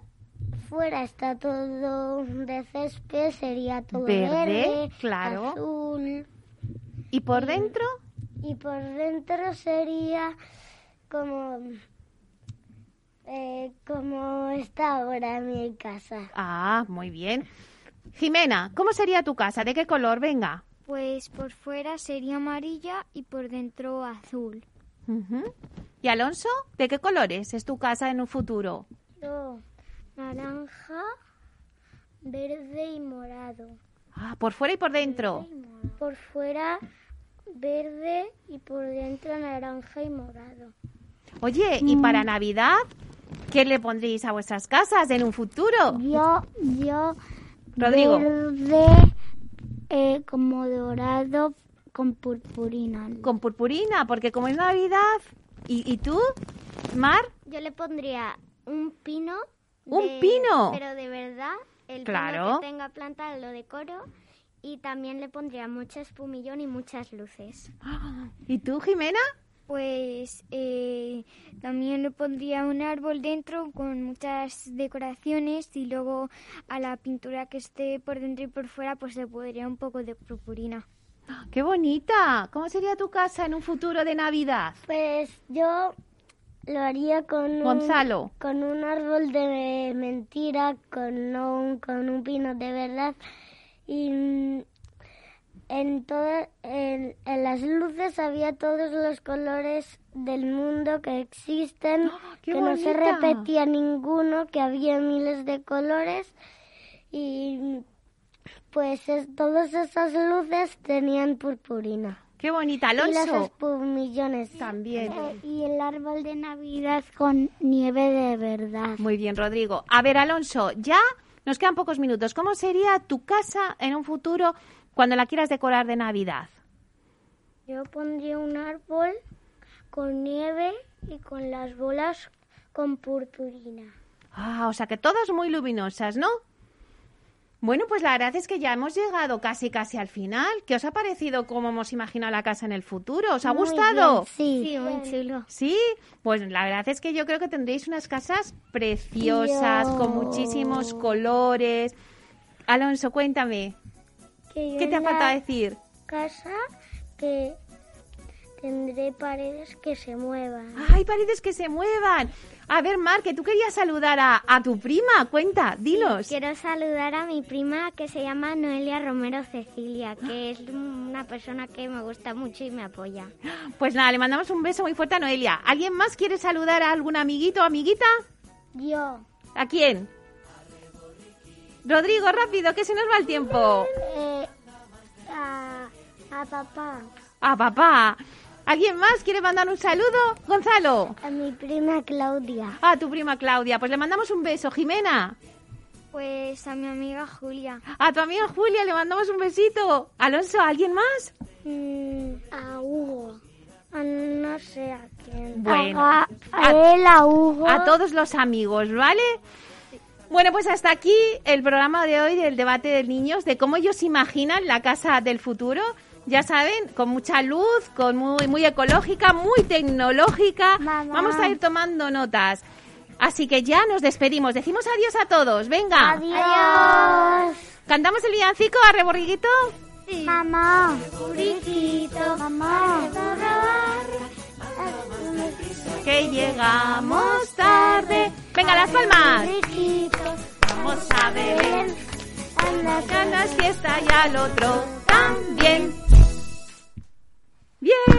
Speaker 4: fuera está todo de césped, sería todo
Speaker 2: Verde,
Speaker 4: verde,
Speaker 2: claro.
Speaker 4: azul.
Speaker 2: ¿Y por dentro?
Speaker 4: Y por dentro sería como, eh, como está ahora mi casa.
Speaker 2: Ah, muy bien. Jimena, ¿cómo sería tu casa? ¿De qué color? Venga.
Speaker 5: Pues por fuera sería amarilla y por dentro azul.
Speaker 2: Ujú. ¿Y Alonso? ¿De qué colores es tu casa en un futuro?
Speaker 4: Yo, naranja, verde y morado.
Speaker 2: Ah, por fuera y por dentro.
Speaker 4: Por fuera verde y por dentro naranja y morado.
Speaker 2: Oye,
Speaker 4: Mm.
Speaker 2: ¿y para Navidad? ¿Qué le pondréis a vuestras casas en un futuro?
Speaker 3: Yo, yo.
Speaker 2: Rodrigo.
Speaker 3: Verde, eh, como dorado con purpurina.
Speaker 2: Con purpurina, porque como es Navidad. ¿Y, y tú, Mar?
Speaker 3: Yo le pondría un pino.
Speaker 2: ¿Un pino?
Speaker 3: Pero de verdad, el
Speaker 2: Claro.
Speaker 3: pino que tenga planta lo decoro. Y también le pondría mucho espumillón y muchas luces.
Speaker 2: ¿Y tú, Jimena?
Speaker 5: Pues eh, también le pondría un árbol dentro con muchas decoraciones y luego a la pintura que esté por dentro y por fuera pues le pondría un poco de purpurina.
Speaker 2: ¡Qué bonita! ¿Cómo sería tu casa en un futuro de Navidad?
Speaker 4: Pues yo lo haría con
Speaker 2: Gonzalo.
Speaker 4: un, con un árbol de mentira, con no un, con un pino de verdad y mm, en todas en, en las luces había todos los colores del mundo que existen,
Speaker 2: ¡Ah, ¡Qué
Speaker 4: que no se
Speaker 2: bonita!
Speaker 4: repetía ninguno, que había miles de colores y mm, pues es- todas esas luces tenían purpurina
Speaker 2: ¡Qué bonita,
Speaker 4: y las
Speaker 2: Alonso!
Speaker 4: espumillones
Speaker 2: También.
Speaker 4: y el árbol de Navidad con nieve de verdad.
Speaker 2: Muy bien, Rodrigo. A ver, Alonso, ya nos quedan pocos minutos. ¿Cómo sería tu casa en un futuro cuando la quieras decorar de Navidad?
Speaker 4: Yo pondría un árbol con nieve y con las bolas con purpurina.
Speaker 2: Ah, o sea que todas muy luminosas, ¿no? Bueno, pues la verdad es que ya hemos llegado casi casi al final. ¿Qué os ha parecido cómo hemos imaginado la casa en el futuro? ¿Os ha
Speaker 4: Muy
Speaker 2: gustado?
Speaker 4: bien, sí.
Speaker 3: Sí, muy chulo.
Speaker 2: Sí, pues la verdad es que yo creo que tendréis unas casas preciosas, con muchísimos colores. Alonso, cuéntame,
Speaker 4: yo
Speaker 2: ¿qué te ha
Speaker 4: en la
Speaker 2: faltado decir?
Speaker 4: casa que tendré paredes que se muevan.
Speaker 2: ¡Ay, paredes que se muevan! A ver, Mar, que tú querías saludar a, a tu prima, cuenta, dilos.
Speaker 3: Quiero saludar a mi prima que se llama Noelia Romero Cecilia, que es una persona que me gusta mucho y me apoya.
Speaker 2: Pues nada, le mandamos un beso muy fuerte a Noelia. ¿Alguien más quiere saludar a algún amiguito o amiguita?
Speaker 4: Yo
Speaker 2: ¿A quién? Rodrigo, rápido, que se nos va el tiempo.
Speaker 4: eh, a, a papá,
Speaker 2: A papá. ¿Alguien más quiere mandar un saludo? Gonzalo.
Speaker 4: a mi prima Claudia.
Speaker 2: A tu prima Claudia. Pues le mandamos un beso, Jimena.
Speaker 5: Pues a mi amiga Julia.
Speaker 2: A tu amiga Julia le mandamos un besito. Alonso, ¿alguien más?
Speaker 4: Mm, a Hugo. A no sé a quién.
Speaker 2: Bueno.
Speaker 4: A, a
Speaker 2: A-
Speaker 4: él, a Hugo.
Speaker 2: A todos los amigos, ¿vale? Bueno, pues hasta aquí el programa de hoy del debate de niños, de cómo ellos imaginan la casa del futuro. Ya saben, con mucha luz, con muy, muy ecológica, muy tecnológica.
Speaker 4: Mamá.
Speaker 2: Vamos a ir tomando notas. Así que ya nos despedimos. Decimos adiós a todos. Venga.
Speaker 4: Adiós.
Speaker 2: ¿Cantamos el villancico a reborriguito?
Speaker 4: Mamá. Puriquito. Mamá.
Speaker 2: Que llegamos tarde. Venga, las palmas. Vamos a Belén.
Speaker 4: Anda,
Speaker 2: ganas fiesta y al otro también. ¡Bien!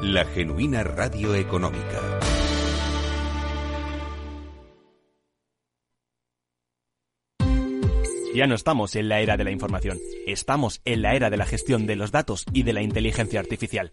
Speaker 1: la genuina radio económica.
Speaker 7: Ya no estamos en la era de la información, estamos en la era de la gestión de los datos y de la inteligencia artificial.